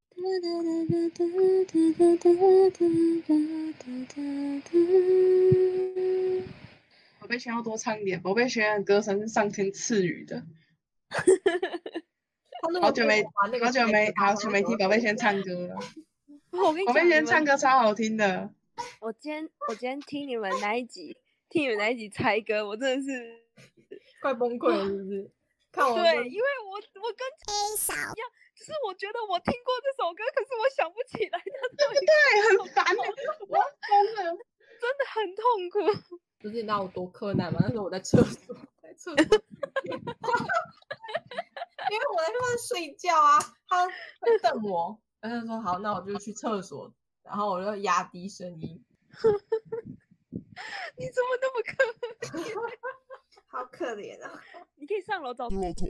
宝贝学要多唱一点，宝贝学院的歌声是上天赐予的。他那个好久没玩那个好久没好久没听宝贝学院唱歌了，我跟你宝贝讲，学你院们唱歌超好听的。我今天我今天听你们那一集，听你们那一集猜歌，我真的是快崩溃了，是不是？看哦我对，因为我我跟 A 嫂一样，就是我觉得我听过这首歌，可是我想不起来它到底对，很烦的，我要疯了。真的很痛苦。 不是你知道我多柯南吗？那时候我在厕所，在厕所， 因为我在那睡觉啊，他会瞪我，然后他说好，那我就去厕所，然后我就压低声音，你怎么那么可？好可怜啊！你可以上楼找骆驼，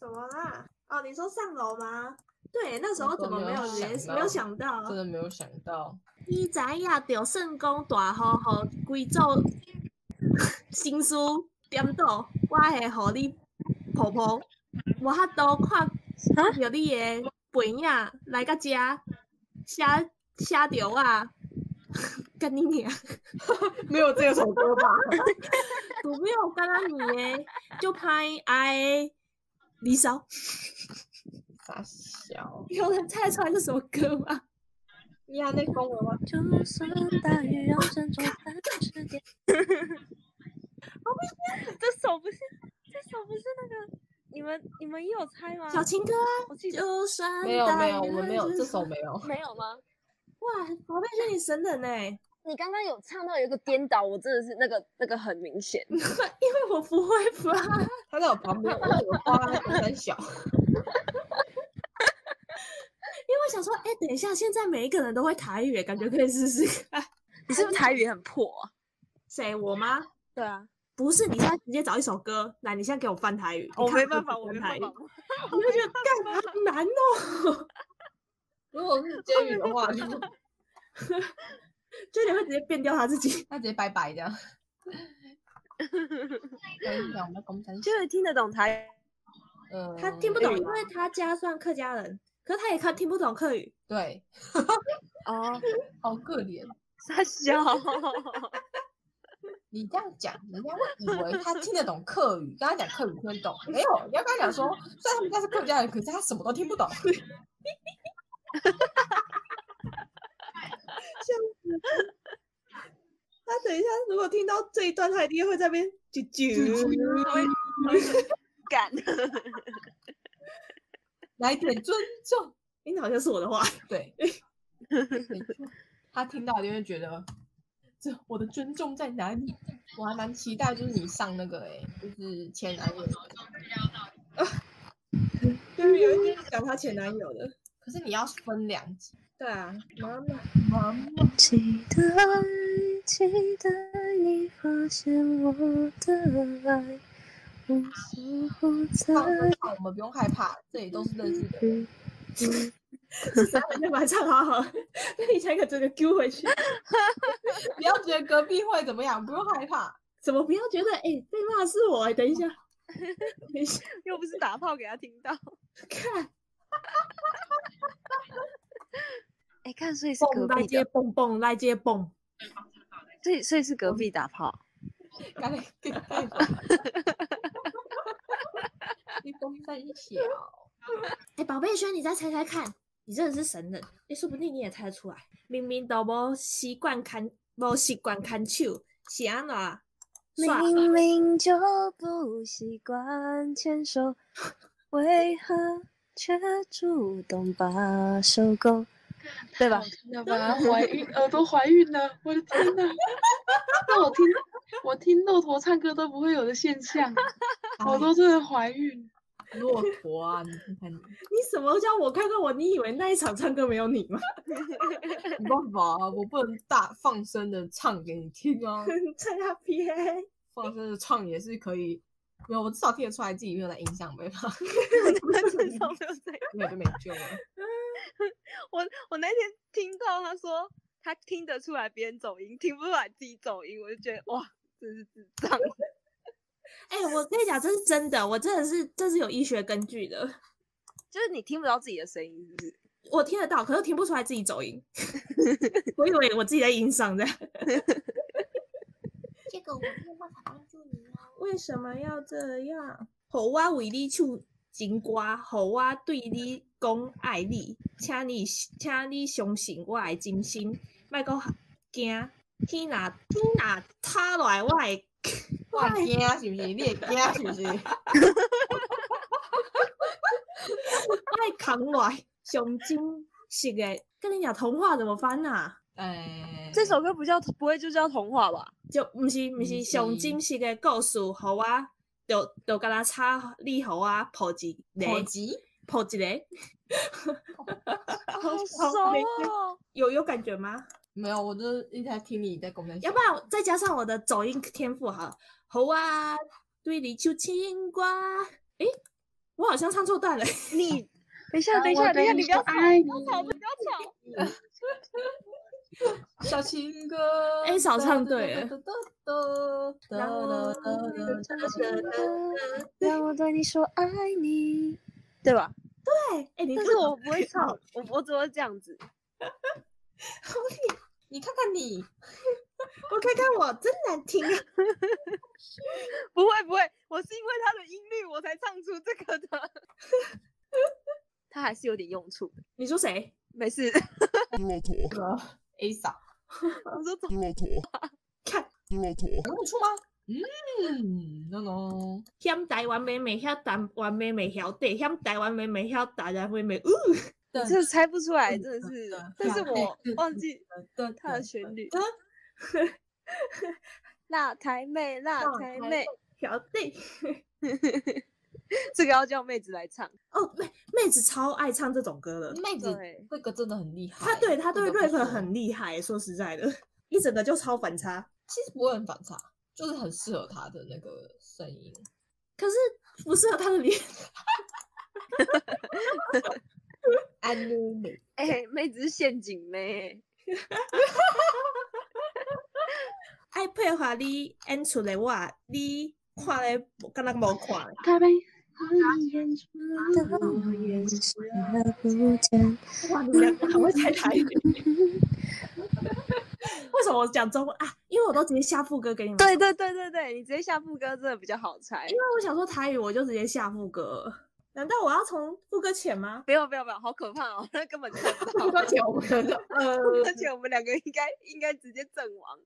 怎么啦？哦，你说上楼吗？对，那时候说怎么没没有有联想系？没有到想到真，的没有想到，伊宅亚着圣公大吼吼贵州 新书点到，我会互你婆婆，无法度看看着你的背影来到遮，写写着啊， 跟你俩，没有这首歌吧？有没有跟咱你的就拍爱离骚？ 傻笑， 有人猜得出来是什么歌吗？你还在恭维吗？就算大雨要沉重三十 年，这首哦不是这首不是那个你们你们也有猜吗？小情歌啊，我记得就算没有没有，大我们雨没有要这沉首重没有，没有吗？哇，宝贝兄你神人呢、你刚刚有唱到有一个颠倒，我真的是那个那个很明显。因为我不会发， 他在我旁边，我有花很小，因为我想说，哎、等一下，现在每一个人都会台语，感觉可以试试 看。 你是不是台语很破、啊？谁我吗？对啊，不是，你现在直接找一首歌来，你现哦在给我翻台语，我你看没会办不法，会我翻没台办语，法。我就觉得干好难哦， 如果是监狱的话，就就你会直接变掉他自己。他直接拜拜这样。跟你讲，我们公三小就是听得懂台嗯，他听不日懂，语因吗为他家算客家人，可是他也看听不懂客语。对， 哦，好可怜。哦傻 笑。你这样讲，人家会以为他听得懂客语，跟他讲客语听得懂，没有，你要跟他讲说，虽然他们家是客家人，可是他什么都听不懂。他等一下如果听到这一段，他一定会在那边啾啾。干，来点尊重，你好像是我的话， 对，没错他听到就会觉得，这我的尊重在哪里？我还蛮期待，就是你上那个哎、就是前男友的，就是 有一天讲她前男友的。可是你要分两集，对啊，妈妈。妈妈期待，期待你发现我的爱无所不在放歌唱，我们不用害怕，这里都是认识的嗯人。你就把它唱好好，那你才敢整个丢回去。不要觉得隔壁会怎么样，不用害怕。怎么不要觉得哎、诶被骂是我、诶等 一下，等一下，又不是打炮给他听到。看哎，看，所以是隔蹦来壁接的，蹦蹦来接蹦，所以所以是隔壁打炮。赶紧给他 带走。一风三小，哎、宝贝轩，你再猜猜看，你真的是神人，哎、说不定你也猜得出来。明明都无习惯看，无习惯看手，是安怎？耍明明就不习惯牵手，为何却主动把手勾？ 对吧？要不然怀孕，耳朵怀孕了，我的天呐！那我听我听骆驼唱歌都不会有的现象，耳朵真的怀孕。哎骆驼啊！你看看你，你什么叫我看看我？你以为那一场唱歌没有你吗？ 没办法啊，我不能大放声的唱给你听啊，在那边，放声的唱也是可以。没有，我至少听得出来自己没有在影响，没办法，他至少没有在。没有就没救哎了。 我我那天听到他说他听得出来别人走音，听不出来自己走音，我就觉得哇，真是智 障。哎、我跟你讲，这是真的，我真的是，这是有医学根据的。就是你听不到自己的声音，是不是？我听得到，可是听不出来自己走音。我以为我自己在音上的。这个我没有办法帮助你啊。为什么要这样？互我为你唱情歌，互我对你讲爱你，请你请你相信我的真心，莫阁惊。天若天若塌落来，我会我会惊啊是不是？你会惊是不是？ 我会扛落来，上真实的。跟你讲童话怎么翻啊？哎，这首歌不叫不会就叫童话吧？就毋是毋嗯是毋上是真实的故事，互我就就甲咱差你互我抱一个普及抱一个，好好没事熟哦！有有感觉吗？没有，我就一直在听你在讲那些要不。然我再加上我的走音天赋好了，好啊，对你就情歌。诶，我好像唱错段了。你等一下，等一下，等一下，你不要吵，爱你，吵不要吵。小情歌，哎少唱对了哒哒哒哒哒哒嗯哒哒哒哒让我对你说爱你，对 吧？ 哎、你但看是我不会唱 唱，我我只会这样子。 你看看你，我看看我真难听啊！不会不会，我是因为它的音律我才唱出这个的。 它还是有点用处的，你说谁？没事。 丢了头， A 嫂，我说怎么丢了头，看丢了头，能我出吗？嗯，no no，嫌台湾妹妹，嫌台湾妹妹晓得，嫌台湾妹妹，嫌台湾妹妹。呜、你真的猜不出来，真的是嗯。但是嗯我嗯忘记哒它的旋律。 辣台妹，辣辣台台妹，晓得。这个要叫妹子来唱。哦，妹妹子超爱唱这种歌的，妹子对，这个真的很厉害。她对她对嗯这个不错 rap 很厉害，说实在的，一整个就超反差。其实不会很反差，就是很适合他的那个声音。可是不适合她的脸。安妮美，哎、妹子是陷阱妹，爱配合你演出的我，你看嘞，敢若无看咧。咖啡。好眼睛嗯我眼视而不见。哇，你们两个很会猜台语。 为什么我讲中文啊？因为我都直接下副歌给你们。对对对对对，你直接下副歌真的比较好猜。因为我想说台语，我就直接下副歌。难道我要从副歌前吗？不要不要不要，好可怕哦！那根本就不知道不关钱，我们两个呃，而且我们两个应该应该直接阵亡。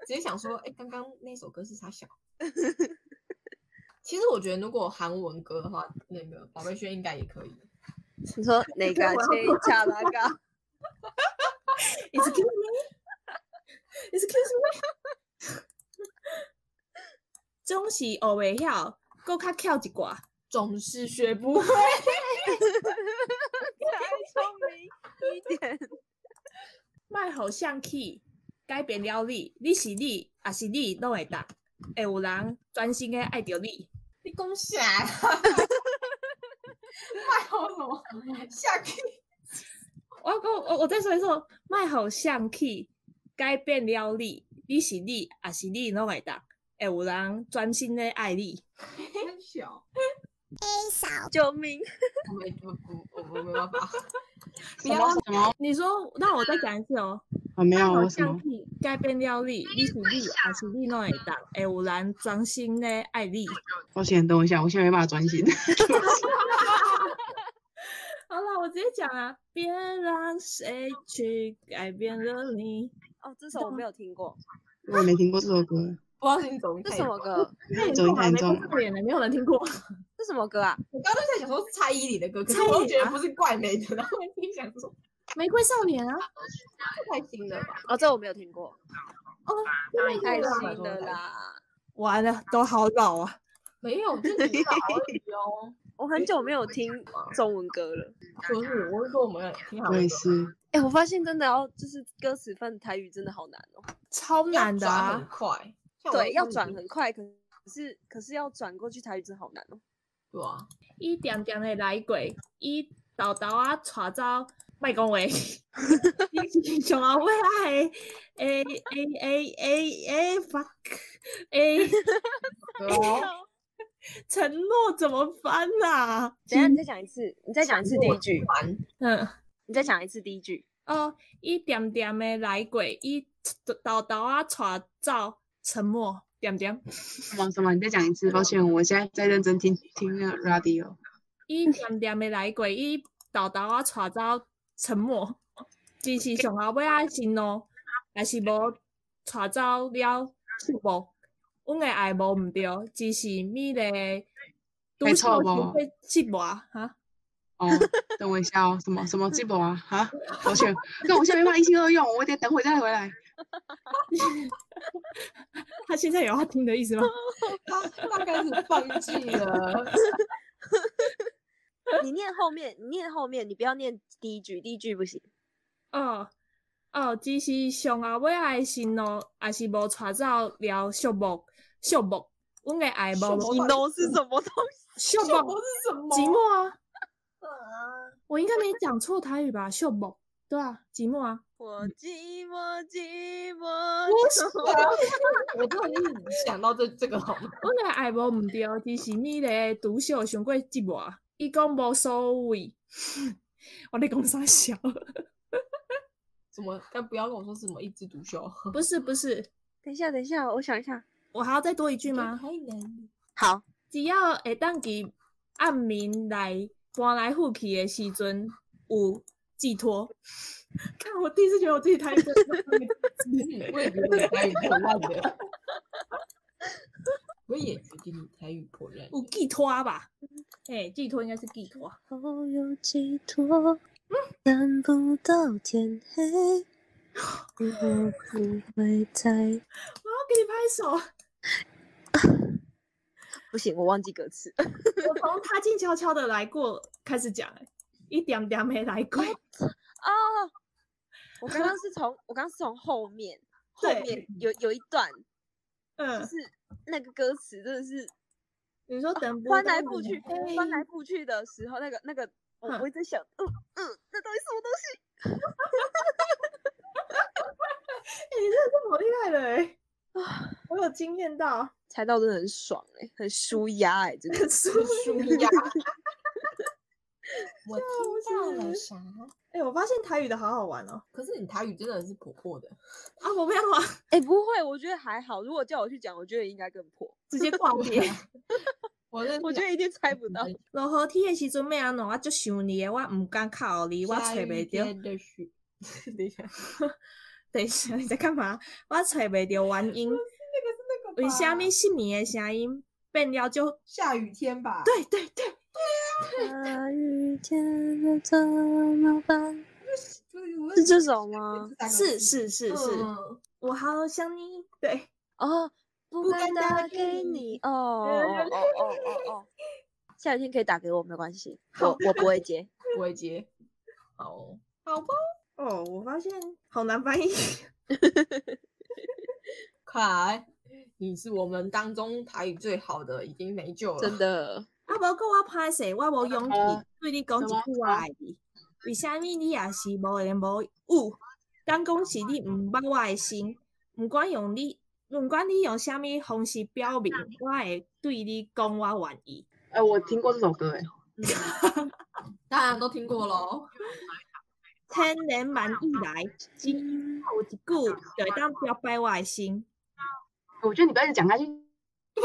直接想说，哎、刚刚那首歌是啥小？其实我觉得，如果韩文歌的话，那个宝贝轩应该也可以。你说哪个我要切一恰那个？ Excuse me. Excuse me. 总是学袂晓，搁较巧一寡。总是学不会，太聪明一点。卖互相去改变了你，你是你，也是你，拢会当会有人专心的爱着你。你恭喜啊！卖好什么？下去我讲，我我再说一次，卖互相去改变了你，你是你，也是你，拢会当会有人专心的爱你。小，救命！我没不不，我我没办法。什么什么？你说，那我再讲一次哦。我没卖有，互我什相么？去改变了你，你是你，也是你，拢会当会有人专心的爱你。抱歉，等我一下，我现在没办法专 心。好了，我直接讲啊，别让谁去改变了你。哦，这首我没有听 过，我也没听过这首歌，不知道是你怎么这看什么？歌？那走你一干嘛看没中看过眼呢？没有人听过。这什么歌啊？我刚刚就在想说蔡依林的歌，可是蔡依我又林觉啊得不是怪美的，然后我心想说玫瑰少年啊，这太新了吧？哦，这我没有听 过，太了新了啦！完了，都好老啊。没有，就是你老而已哦。我很久没有听中文歌了。就是我是说我们挺好我的也，是。哎、我发现真的要就是歌词翻台语真的好难哦。超要难的转很啊！快，像我对，一要开始转很快，可是可是要转过去台语真的好难哦。对啊，一点点的来过，伊豆豆啊，带走卖讲话。 你是上后尾啊哎诶诶哎诶诶诶诶 fuck 诶，对哦哎承诺怎么翻啊？等一下你再讲一次，你再讲一次第一句，完，嗯，你再讲一次第一句。哦，一点点的来过，一豆豆啊，带走沉默，点点，什么什么？你再讲一次，抱歉，我现在在认真听听那个 radio。一点点的来过，一豆豆啊，带走沉默，只是上后尾爱承诺，也是无带走了触摸。阮的爱无毋对，只是咪嘞，没错无会寂寞啊哈。 哦，等我一下哦，什么什么鸡婆啊？哈，抱歉，那我现在没办法一心二用，我得等会再回来。他现在有要听的意思吗？他他开始放弃了。你念后面，你念后面，你不要念第一句，第一句不行。哦哦，只是上后尾爱心咯，也是无带走了寂寞寂寞。阮的爱无寂寞 no 是什么东西？寂这寞不是什么？寂寞啊！我应该没讲错台语吧？寂寞对啊，寂寞啊。我寂寞寂寞。 我真的是想到这这个好吗？阮的爱无毋对，只是你咧独秀上过寂寞啊。伊讲无所谓， 我咧讲啥笑？怎么？但不要跟我说是什么一枝独秀，不是不是，等一下，等一下，我想一下。我还要再多一句对 吗？太难了。好，只要会当伫暗暝来搬来覆去的时阵有寄托。 看，我第一次觉得我自己太笨了 我也觉得你台语破烂的。我也觉得你台语破烂。有 寄托吧？哎、寄托应该是寄托。好哦有寄托，等不到天黑，我不会再。我要给你拍手。不行，我忘记歌词。 我从他静悄悄的来过开始讲、哎，一点点没来过。哎哦，我刚刚是从我刚刚是从后面后对面有有一段嗯，是那个歌词真的是你说等不翻到啊来你覆去哎翻来覆去的时候，那个那个我哼我一直想，嗯嗯，那到底什么东西？哎你真的是好厉害的哎、啊我有惊艳到， 猜到真的很爽哎、很 舒压哎，真的。很舒舒服。压。我听到了啥？哎、我发现台语的好好玩哦。可是你台语真的是破破的，啊，我不要啊，哎、不会，我觉得还好。如果叫我去讲，我觉得应该更破，直接 挂掉。我认我觉得一定猜不到。落雨天的时阵，要安怎？我足想你的，我毋敢靠你，你我找袂着。的雪。等一下， 等一下，你在干嘛？我找袂着原因，那个是那个为虾米失眠的声音变了就下雨天吧？对对对，下雨天了怎么办？对，我是这首吗？是是是是，嗯我好想你。对，哦，不不敢敢打打给给你你哦哦哦哦哦 哦。下雨天可以打给我，没关系，我我不会接。我会接。好哦，好吧。哦，我发现好难翻译。凯，你是我们当中台语最好的，已经没救了。真的，啊，无过我歹势，我无勇气么对你讲一呃什么句我爱你。为虾米你也是无缘无故？敢讲是你毋捌我的心，毋管用你，毋管你用虾米方式表明，我会对你讲我愿意。哎，我听过这首歌哎，当然都听过喽。千年万以来，只有一句就会当表白我的心。我觉得你不要一直讲下去， 对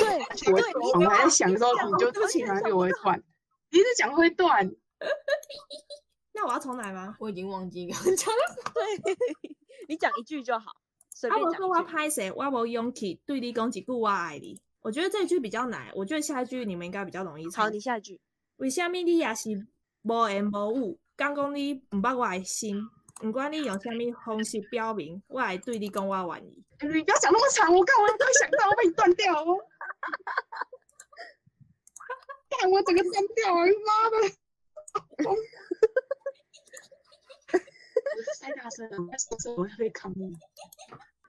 我对，你一定我要还在想的时候，讲你就我自己讲拿我给我会断，你一直讲会断。那我要重来吗？我已经忘记 刚刚讲了。对，你讲一句就好，随啊，便无讲过我一句。歹势，我无勇气对你讲一句我爱你。我觉得这一句比较难，我觉得下一句你们应该比较容易猜好，。你下一句。为虾米你也是无缘无故？敢讲你毋捌我诶心，毋管你用虾米方式表明，我会对你讲我愿意。哎你不要讲那么长，我干嘛都会想到我被你断掉哦。干我整个断掉了，妈的！我是太大声了，我在说什么我会被啊抗议。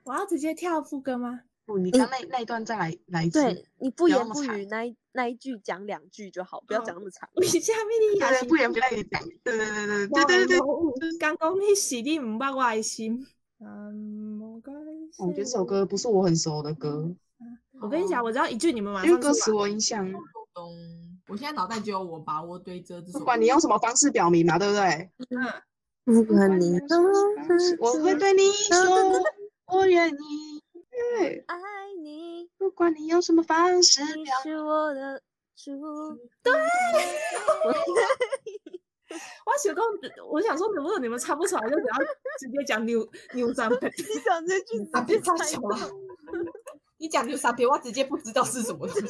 我要直接跳副歌吗？不，哦你刚那那一段再来来一次。对你不不要言那么不长语那一那一句讲两句就好，不要嗯讲那么长。 为虾米你对也对是不言不语讲。对对对对对无对缘对对。无故？敢讲你是你毋捌我诶心。嗯，我跟哦你我觉得这首歌不是我很熟的歌，我跟你讲，我只要一句，你们马哦因上为歌出词来我印象咚，我现在脑袋只有我把握对这这首不歌。管你用什么方式表明嘛，对不对？嗯不不管管你用什多么方式我会对你说我愿意。对，爱你，不管你用什么方式你表是我的主。我想讲，我想说，能不能你们唱不出来，就只要直接讲牛牛三 本。你讲这句傻逼太小了。你讲就傻逼，我直接不知道是什么 东西。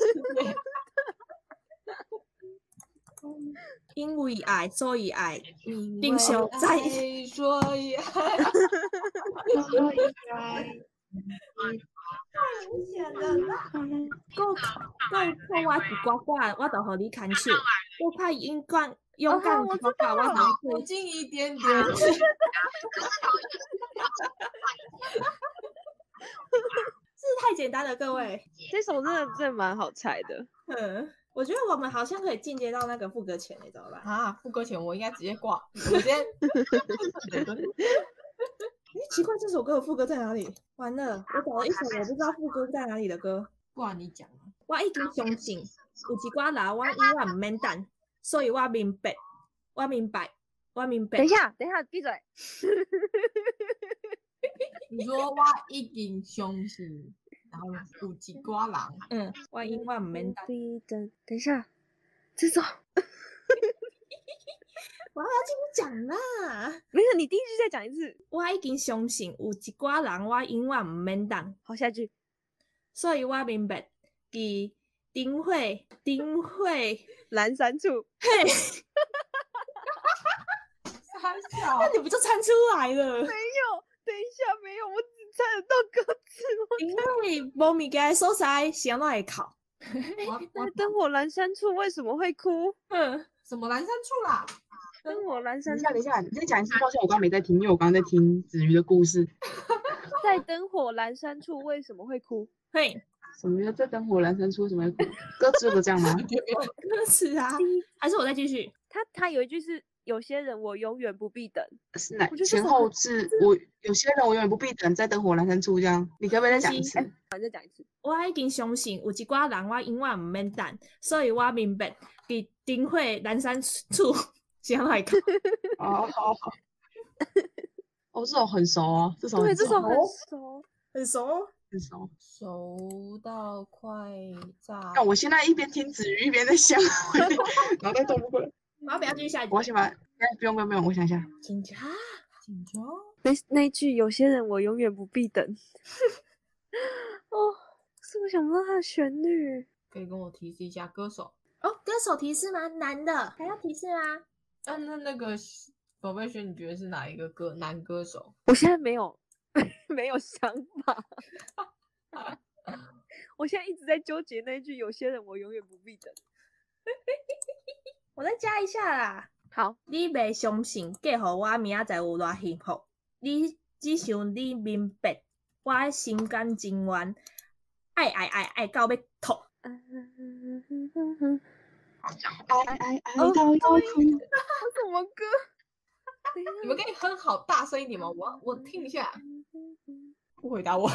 因为爱，所以爱。丁丁小小在在说呀，所以爱。够够看我一寡寡，我就互你牵手。够看勇敢勇敢一寡寡，哦我就我会近一点点。这太简单了，各位。这首真的真的蛮好猜的。嗯，我觉得我们好像可以进阶到那个副歌前，你知道吧？啊，副歌前我应该直接挂，我直 接。哎，奇怪，这首歌的副歌在哪里？完了，我找了一首我不知道副歌在哪里的歌。挂你讲啊，我已经相信，有一寡人我永远毋免等，所以我明白，我明白，我明白等一。下，等一下，闭嘴！你说我一定相信，然后有一挂狼，嗯，我永远毋免等。闭等，等一下，这首嗯我要继续讲啦。没有，你第一句再讲一次。我已经相信有一寡人，我永远毋免等，好，下一句。所以我明白，伫顶会顶会，阑珊处，傻小 那、你不就唱出来了？没有，等一下，没有，我只猜得到歌词。因为无物件的所在，谁拢会哭？我我我灯火阑珊处为什么会哭？嗯，什么蓝山处啦？灯火阑珊等一下，等一下，你再讲一次，抱歉，我刚刚没在听，因为我刚刚在听子瑜的故事。在灯火阑珊处为什么会哭？嘿，什么叫在灯火阑珊处？什么歌词不这样吗？歌词啊，还是我再继续。他他有一句是有些人我永远不必等，是哪我觉得这前首后歌是我有些人我永远不必等，在灯火阑珊处这样。你可不可以再讲一次？我已经相信有一寡人，我永远毋免等，所以我明白，伫顶会南山处， 谁拢会哭？哦好好。哦，这首很熟哦，这首对，很这熟首很熟熟。很熟哦，很熟。熟到快炸但我现在一边听子瑜一边在想，我有点脑袋动不过来。我要不要继续下一句我？要先把，哎不用不用不用，我想一下。警察，请求。那那一句有些人我永远不必等， 哦，是我想不到它的旋律。可以跟我提示一下歌手？哦，歌手提示吗？男的还要提示吗？但是那个宝贝轩，你觉得是哪一个歌男歌手？我现在没有 没有想法， 我现在一直在纠结那一句“有些人我永远不必等我再加一下啦。”。好， 你袂相信嫁互我明仔载有偌幸福，你只想你明白，我的心甘情愿，爱爱爱爱到要吐。什爱爱爱哦哎到对要哭。么歌？你们可以哼好大声一点吗？我我听一下。不回答我。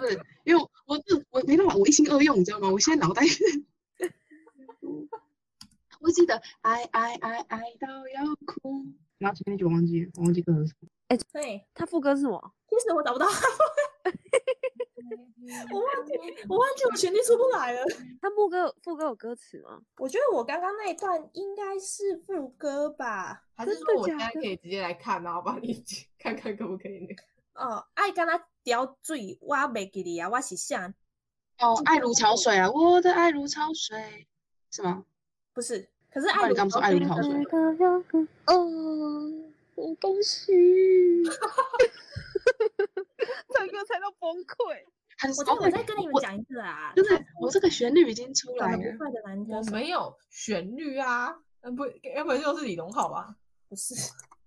对，因为我我这我没办法，我一心二用，你知道吗？我现在脑袋， 我记得哎爱爱爱爱到要哭，然后前面那句我忘记了，我忘记歌词是什么。对，他副歌是什么？其实我找不到，我忘记我忘记我旋律出不来了。他副歌有副歌有歌词吗？我觉得我刚刚那一段应该是副歌吧。 还是真说的我现假在可的以直接来看，然后帮你看看可不可以那个？哦，爱敢若调水，我袂记哩啊，我是啥？哦，爱如潮水啊，我的爱如潮水，是吗？不是，可是不爱然你如刚不潮说爱水如那潮个水爱到要哭哦，我恭 喜！唱歌猜到崩溃，很我熟再我欸再跟你们我讲一次啊，真的，我这个旋律已经出长来得了不。快的男我歌手没有旋律啊，呃不，要不然就是李荣浩吧？不是，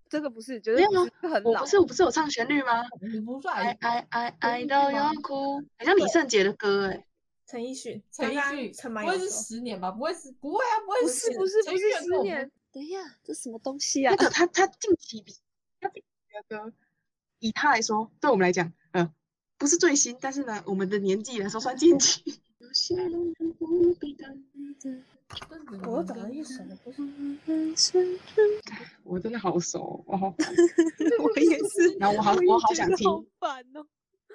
这个不是，绝没对有不啊是，这个很我老不。是我不是有唱旋律吗？你不爱哎帅，爱爱 Oh 爱律到吗要哭，很像李圣杰的歌哎。陈奕迅，陈刚刚奕迅，陈不蛮会有是说，十年吧？不会是，不会啊，不会不是不是陈不是奕迅跟失我恋们，？等一下，这什么东西啊 那？个他他近期比他近期的歌，以他来说，对我们来讲，呃，不是最新，但是呢，我们的年纪来说算近期。 有些人不必等。我找了一首，不是我真的好熟，我好烦，我也是，然后我好 我我也好觉想得听好烦哦。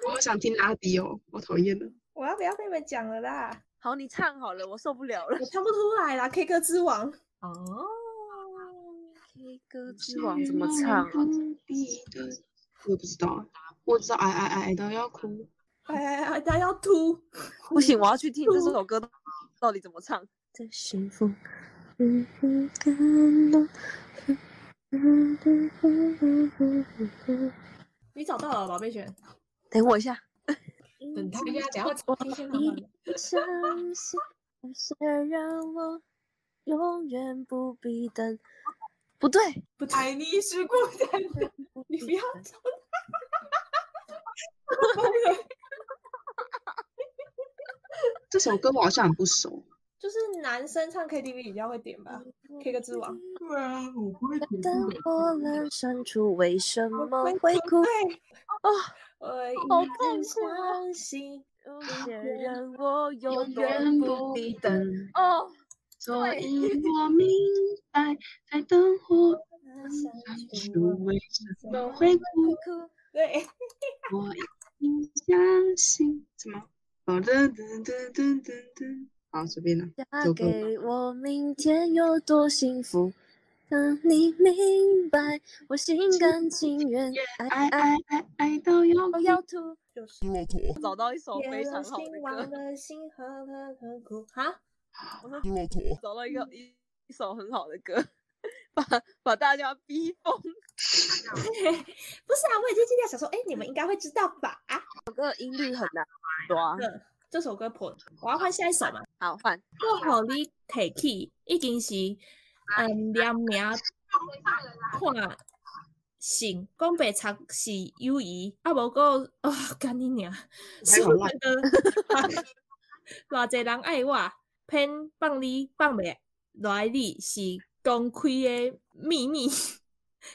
我好想听阿迪哦，我讨厌了。我要不要跟你们讲了啦？好，你唱好了，我受不了了。我唱不出来啦，K 歌之王。哦， K 歌之王怎么唱啊？不必等我也不知道啊，我只知道哎哎哎哎到要哭。哎哎哎，他要秃，不行，我要去听这首歌到底怎么唱。的幸福，嗯嗯感动，嗯嗯嗯嗯嗯嗯嗯你找到了，宝贝犬。等我一下。等哎他呀，等下我听先他们的。相信有些让我永远不必等。不对，不啊对，你是孤单的，你不要找这首歌我好像很不熟，就是男生唱 KTV 比较会点吧，K 歌之王。对啊，我不会听灯火阑珊处，为什么会对哭？我一嗯好痛直苦啊相信。有些人我永远远不不必必等等。，哦，所以我明白，在灯火嗯相阑信珊我处为什么会哭。哭对，我已经相信什么？哦，噔噔噔噔噔噔，好，随便了。嫁就够了给我，明天有多幸福？当你明白，我心甘情愿。爱爱爱爱爱爱 到要我哭。要吐，就是找到一首铁非了 常好心的王歌，的心狠狠狠苦哈， 找到一个一一首很好的歌， 把把大家逼疯。不是啊，我已经尽量想说，哎，你们应该会知道吧？啊，这首歌音律很 难抓，嗯，这首歌破，我要换下一首嘛。啊好换。我互你提起，已经是按念名看性，讲白贼是友谊，啊无过啊，干你娘！还是好啦我的，偌济人爱我，偏放你放袂来你是公开的秘密，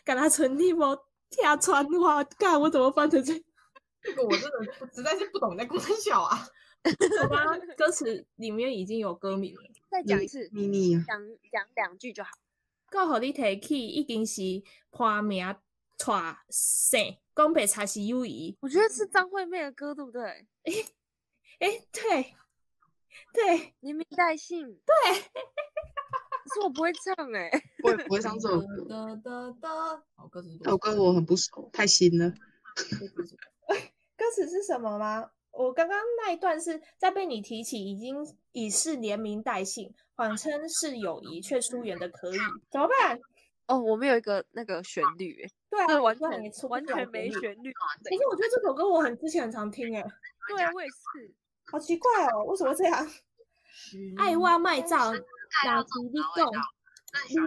敢若剩你无拆穿我，干我怎么办成这？这个，我真的不实在是不懂你在跟我笑啊。我刚刚歌词里面已经有歌名了。再讲一次，秘密啊！讲讲两句就好。个互你提起已经是破名娶姓，讲白才是友谊。我觉得是张惠妹的歌，对不对？诶，对，对，连名带姓。对。可是我不会唱哎、我也不会唱 这首歌，哒哒哒，好歌词这首多。歌我很不熟，太新了。歌词是什么吗？我刚刚那一段是在被你提起，已经已是连名带姓，谎称是友谊，却疏远的可以，怎么办？哦，我们有一个那个旋律、欸，对啊，这完我突然也全出完不了全没旋律。旋律。其实我觉得这首歌我很之前很常听，诶，对啊，我也是。好奇怪哦，为什么会这样？爱我卖走，但是你讲，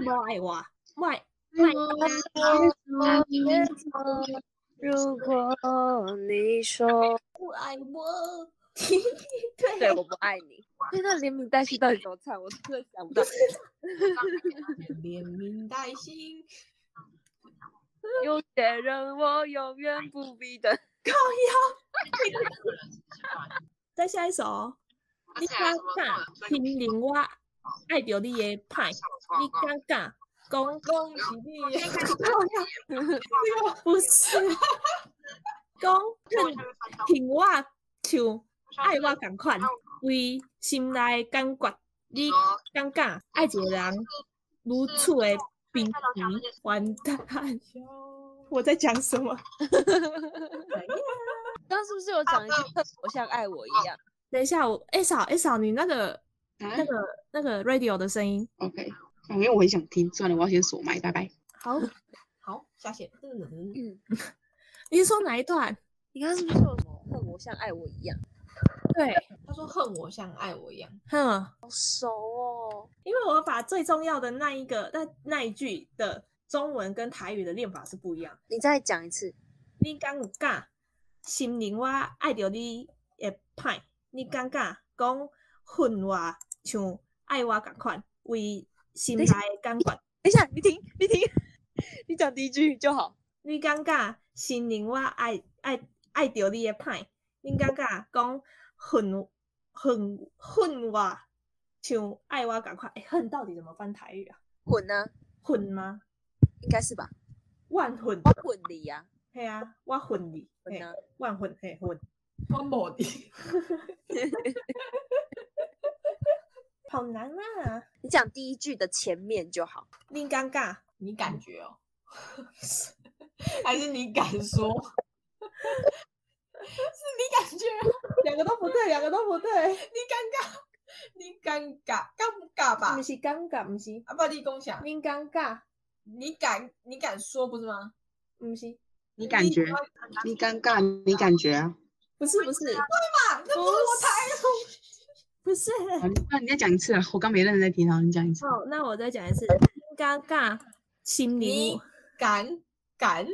你无爱我，卖卖 Oh 如果你说 不爱我。 对，对我不爱你，对，那连名带姓到底怎么唱？我真的想 不到。连名带姓，有些人我永远不必等。再下一首哦，你敢敢评论我爱着你的啊歹？你敢敢讲恭喜你。不是？讲评评我像爱我同款，为心内的感觉，你敢敢爱一个人如此的平平完蛋？我在讲什么？ 刚刚是不是有讲一句“我像爱我一样等一下，我 A 嫂 A 嫂，你那个那啊个那个 radio 的声音，OK，反正我很想听，算了，我要先锁麦，拜拜。好。好，下线。”？嗯，你是说哪一段？你刚刚是不是有什么恨我像爱我一样？对，他说恨我像爱我一样。哼，好熟哦。因为我把最重要的那一个那那一句的中文跟台语的念法是不一样。你再讲一次。你敢有敢？心灵我爱着你的歹，你敢敢讲恨我像爱我共款，为心内的感觉。等一下，你停，你停， 你讲第一句就好。你敢敢心灵我爱爱爱着你的歹，你敢敢讲恨恨恨我，像爱我赶快。哎，恨到底怎么翻台语啊？混呢、恨吗？应该是吧？哦万恨，混你呀、嘿啊，我恨你，混啊嘿啊呢、，万恨，嘿恨。我某的， 好难啊！你讲第一句的前面就好。你尴尬， 你感觉哦？ 还是你敢说？ 是你感觉哦，两个都不对，两个都不对。你尴尬，尴不尬吧不？是尴尬，不是，啊，不，你共享，你尴尬，你敢，你敢说不是吗？不是，你感觉？你尴尬？你感觉啊？不是，不是，啊，这不是我台语。不是。好那你再讲一次啊！我刚没认真在听，好，你讲一次。好，那我再讲一次，你尴尬，心你灵。敢敢，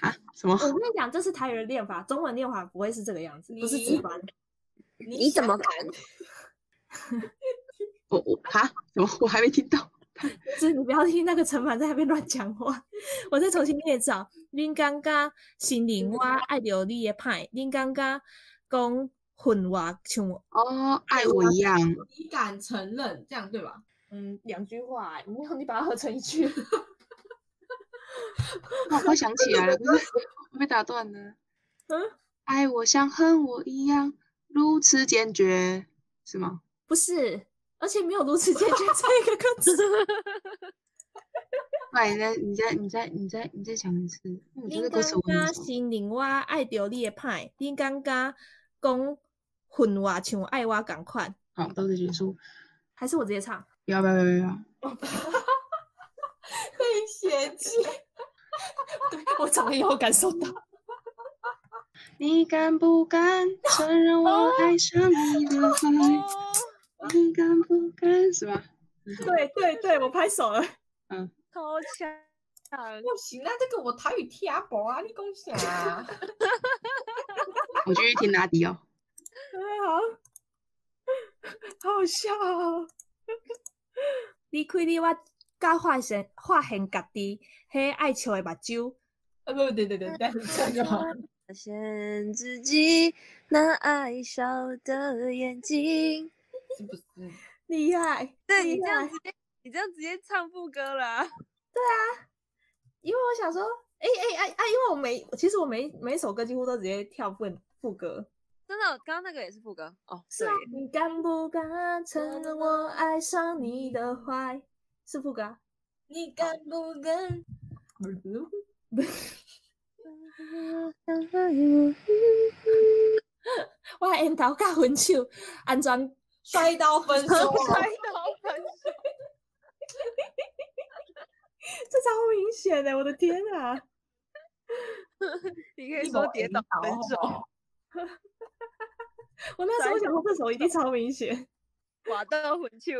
啊？什么我？跟你讲，这是台语的练法，中文练法不会是这个样子，不是你直翻。你怎么敢？我我哈？什么？我还没听到。就是你不要听那个陈凡在那边乱讲话，我再重新念一次哦。恁感觉心灵嗯我爱着你的歹，恁感觉讲混话像哦，爱我一样。你敢承认，这样对吧？ 嗯两句话欸，你你把它合成一句。哦我想起来了，可是我被打断了。嗯，爱我像恨我一样，如此坚决，是吗？不是，而且没有如此解决这一个歌词。不然你再你再你再你再你再讲一次。嗯，这恁个歌词我很感觉熟。心灵我爱着你的歹，恁感觉讲混话像爱我共款，好，到此结束。还是我直接唱？不要不要不要不要！被嫌弃，我怎么也有感受到？你敢不敢承认我爱上你的坏？你敢不敢？是吧？对对对，我拍手了。超强！不行啊，这个我台语听不懂啊，你共享啊。我继续听拉迪哦。好，好好笑哦！离开你，我甲发现发现家己迄爱笑的目睭。啊，不，对对对，但是这样就好。发现自己那爱笑的眼睛。是不是？厉害，对厉你这样害直接，你这样直接唱副歌了啊。因为我想说，哎哎哎哎，因为我每其实我每每一首歌几乎都直接跳副副歌。 真的，刚刚那个也是副歌哦。是啊，你敢不敢承认我爱上你的坏？是副歌啊、你敢不敢？我的烟头甲分手，安全摔刀分手啊！ 这超明显的，我的天啊！你可以一说抹跌引倒导分好不手，好我那时候想说这首一定超明显。瓦到混球。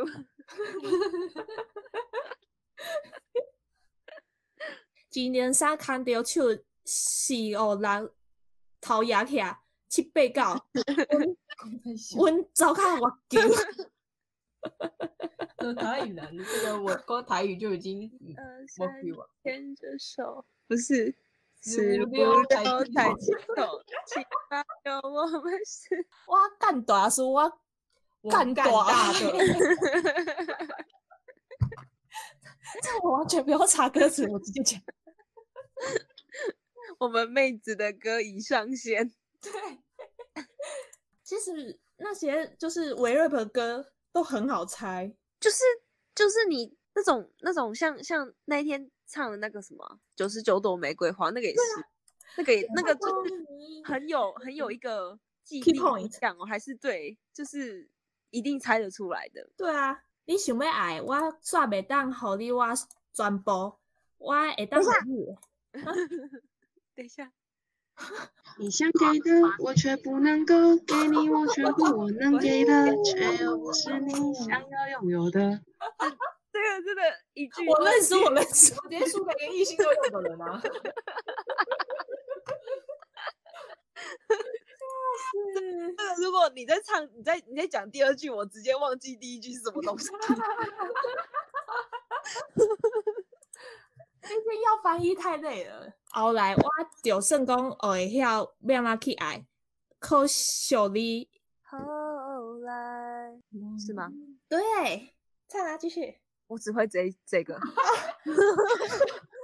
一年三牵着手，四五六哦头摇起来，七八九， 太小阮走开我球。了台语难，这个我光台语就已经嗯二我呃三比我牵着手，不是，十十五五六六才牵才手牵手，七八九我们是。我干大事，我我干干大大的的这我完全不用查歌词，我直接讲。我们妹子的歌已上线，其实那些就是维 rap 的歌都很好猜，就是就是你那种那种像像那一天唱的那个什么九十九朵玫瑰花，那个也是，那个也那个就是很有很有一个既 Key 定印 point 象哦，还是对，就是一定猜得出来的。对啊，你想要爱我，煞袂当互你我全部，我会当互你。等一下，你想给的我却不能够给你，我全部我能给的，却又不是你想要拥有的。这个真的一句我认输，我认输。我直接输给一个异性都有的人啊！这个如果你在唱，你在你在讲第二句，我直接忘记第一句是什么 东西。因为要翻译太累了。后来我就哦算讲学会晓要安怎去爱，靠惜你好是吗？对，再来继续。 我只会这一这个。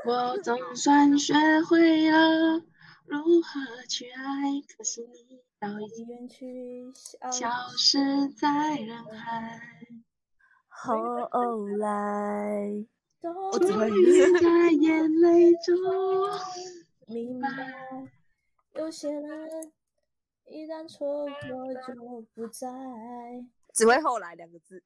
我总算学会了如何去爱，可是你早已园区消消失在人海。后来，我我只终会于在眼泪中明白，有些人一旦错过就不再。只会后来两个字。